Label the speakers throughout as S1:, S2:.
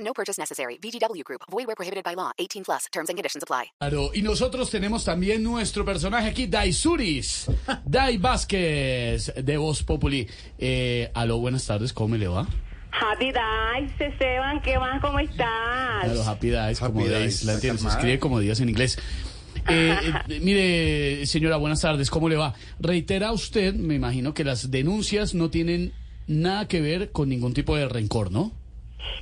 S1: No purchase necessary. VGW Group. Void where prohibited by law. 18 plus. Terms and conditions apply.
S2: Claro, y nosotros tenemos también nuestro personaje aquí, Dai Suris, Dai Vázquez, de Voz Populi. Eh, aló, buenas tardes, ¿cómo me le va?
S3: Happy Dice, Esteban, ¿qué más? ¿Cómo estás?
S2: Claro, Happy Days, como
S4: Happy
S2: Days,
S4: Days,
S2: la
S4: la
S2: entiendes, se
S4: camada.
S2: escribe como días en inglés. Eh, eh, mire, señora, buenas tardes, ¿cómo le va? Reitera usted, me imagino que las denuncias no tienen nada que ver con ningún tipo de rencor, ¿no?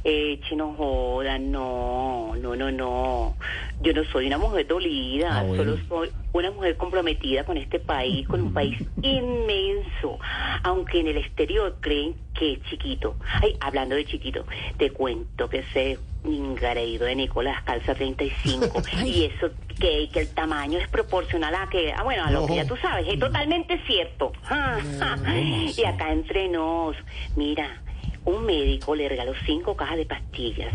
S3: Eh, chino, joda, no, no, no, no. Yo no soy una mujer dolida,
S2: Ah, bueno.
S3: solo soy una mujer comprometida con este país, con un país inmenso. Aunque en el exterior creen que es chiquito. Ay, hablando de chiquito, te cuento que ese ingreído de Nicolás calza 35. y eso, que, que el tamaño es proporcional a que, ah, bueno, a lo que ya tú sabes, es totalmente cierto. y acá entre nos, mira. Un médico le regaló cinco cajas de pastillas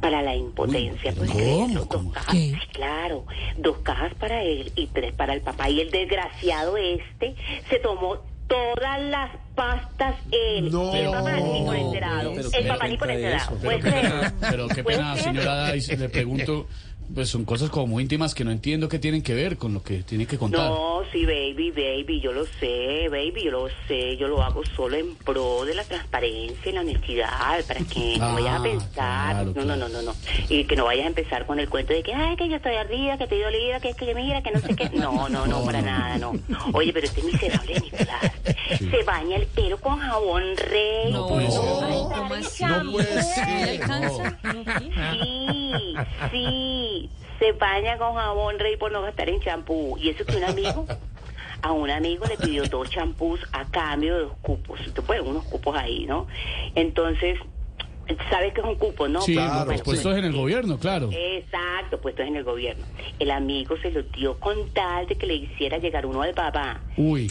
S3: para la impotencia.
S2: pero
S3: ¿puedes creerlo?
S2: ¿cómo?
S3: Dos
S2: ¿Cómo?
S3: cajas, sí, claro, dos cajas para él y tres para el papá. Y el desgraciado este se tomó todas las pastas él.
S4: No.
S3: el papá ni con
S4: Pero,
S3: enterado.
S4: pero,
S3: el
S4: pero,
S3: papá ni con
S4: pero,
S3: enterado.
S4: pero,
S3: ¿Puedes
S2: Pero qué
S3: creer?
S2: pena, pero qué
S3: Puede
S2: pena,
S3: ser.
S2: señora Dice, le pregunto, pues son cosas como muy íntimas que no entiendo que tienen que ver con lo que tiene que contar.
S3: No, sí, baby, baby, yo lo sé, baby, yo lo sé, yo lo hago solo en pro de la transparencia y la honestidad, para que
S2: Ah,
S3: no vayas a pensar,
S2: claro,
S3: no,
S2: claro.
S3: no, no, no, no, y que no vayas a empezar con el cuento de que, ay, que yo estoy ardida, que estoy dolida, que es que mira, que no sé qué, no, no, no, para nada, no. Oye, pero este miserable Nicolás se baña el pelo con jabón rey.
S2: No puede ser.
S3: Ay,
S5: ¿Cómo así?
S3: Karen,
S4: No puede
S5: ¿Le
S4: ser.
S5: alcanza?
S3: Sí, sí, se baña con jabón rey por no gastar en champú. Y eso que un amigo, a un amigo le pidió dos champús a cambio de dos cupos. Entonces, Pues unos cupos ahí, ¿no? Entonces, sabes que es un cupo, ¿no? Eh,
S2: sí,
S3: Pues,
S2: no,
S4: claro,
S2: pues
S3: bueno,
S2: puestos en el gobierno, claro.
S3: Exacto, puestos en el gobierno. El amigo se los dio con tal de que le hiciera llegar uno al papá.
S2: Uy.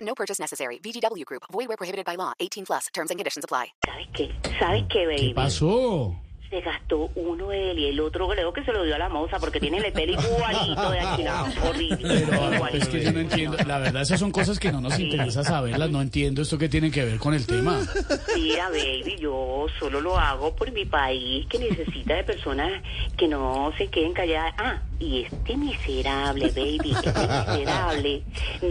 S1: No purchase necessary. VGW Group. Void where prohibited by law. 18 plus. Terms and conditions apply.
S3: ¿Sabes qué? ¿Sabes qué, baby?
S2: ¿Qué pasó?
S3: Se gastó uno él y el otro creo que se lo dio a la moza porque tiene el pelo igualito de aquí, eh, no, horrible.
S2: Pero pues,
S3: igualito.
S2: es que yo no entiendo. La verdad, esas son cosas que no nos interesa saberlas. No entiendo esto que tiene que ver con el tema.
S3: Mira, baby, yo solo lo hago por mi país que necesita de personas que no se queden calladas. Ah, y este miserable, baby, este miserable,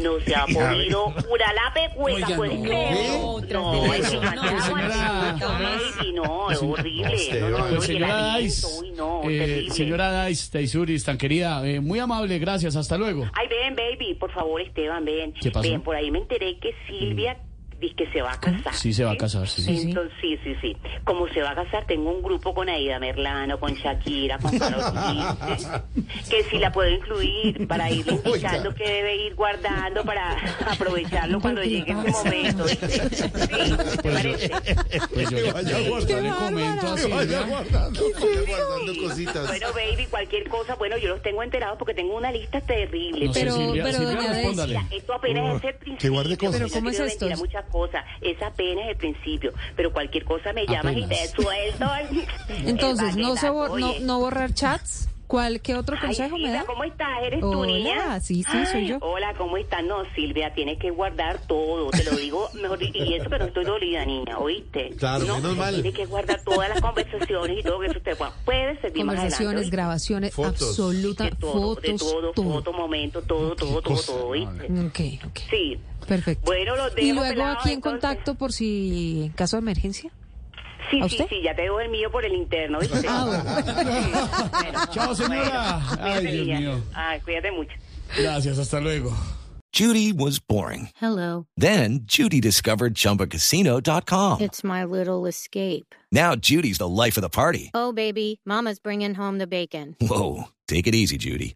S3: no se ha podido curar la pecueca, ¿puedes creerlo?
S5: tras de
S3: No,
S5: la
S3: es
S5: escena,
S3: una
S5: pues,
S2: señora.
S3: baby, no, es horrible. No, no, no,
S2: Pues,
S3: y el
S2: señora Dice,
S3: aliento, uy, no,
S2: eh,
S3: terrible.
S2: señora Dice Taisuris, tan querida, eh, muy amable, gracias, hasta luego.
S3: Ay, ven, baby, por favor, Esteban, ven.
S2: ¿Qué pasó?
S3: Ven, por ahí me enteré que Silvia dice que se va a casar.
S2: Sí, se va a casar, sí.
S5: sí.
S3: Entonces, sí, sí, sí. Como se va a casar, tengo un grupo con Aida Merlano, con Shakira, con Carlos Vives, que si la puedo incluir para ir indicando que debe ir guardando para aprovecharlo cuando llegue ese momento. ¿Sí? ¿Te
S2: Pues
S3: parece?
S2: yo, pues yo, le-
S4: vaya
S2: yo le
S4: guardando.
S2: comento a
S4: Que vaya
S2: Silvia.
S4: guardando, vaya guardando cositas.
S3: Bueno, baby, cualquier cosa, bueno, yo los tengo enterados porque tengo una lista terrible.
S2: No sé,
S5: Pero-
S2: Silvia,
S5: pero,
S2: Silvia,
S5: doña Daisy,
S2: respóndale.
S3: Mira, Esto apenas es el principio.
S4: que guarde cosas.
S5: Pero, ¿cómo es
S3: Quiero
S5: esto?
S3: ventilar muchas cosas. Es apenas el principio. Pero cualquier cosa me llamas y te
S2: Apenas.
S3: suelto. el-
S5: Entonces,
S3: el
S5: no, se bor-
S3: vallenato,
S5: no,
S3: oye.
S5: no borrar chats. ¿Cuál, ¿Qué otro consejo
S3: Ay,
S5: me
S3: Silvia,
S5: da?
S3: ¿Cómo estás? ¿Eres tú,
S5: Hola,
S3: niña?
S5: sí, sí, soy
S3: Ay,
S5: yo.
S3: Hola, ¿cómo estás? No, Silvia, tienes que guardar todo. Te lo digo mejor. di- Y eso que no estoy dolida, niña, ¿oíste?
S4: Claro,
S3: no,
S4: menos mal.
S3: Tienes que guardar todas las conversaciones y todo que eso te pueda- puede servir más adelante.
S5: Conversaciones,
S3: ¿oíste?
S5: grabaciones,
S4: Fotos.
S5: absoluta,
S3: De todo, de
S5: fotos,
S3: todo,
S5: todo.
S3: foto, momento, todo, todo, todo, todo, ¿oíste?
S5: Ok, ok.
S3: Sí.
S5: Perfecto.
S3: Bueno, los dejo.
S5: Y luego
S3: pelados,
S5: aquí en
S3: entonces.
S5: contacto por si en caso de emergencia.
S3: Sí,
S5: ¿A
S3: sí,
S5: usted?
S3: sí, ya te dejo el mío por el interno, ¿viste?
S5: Ah,
S3: Bueno,
S2: Chao, señora. Ay,
S3: bueno, cuídate,
S2: Ah, Dios
S3: niña.
S2: mío.
S3: Ay, cuídate mucho.
S2: Gracias, hasta luego.
S6: Judy was boring.
S7: Hello,
S6: Then Judy discovered ChumbaCasino.com.
S7: it's my little escape.
S6: Now Judy's the life of the party.
S7: Oh, baby, Mama's bringing home the bacon.
S6: Whoa, take it easy, Judy.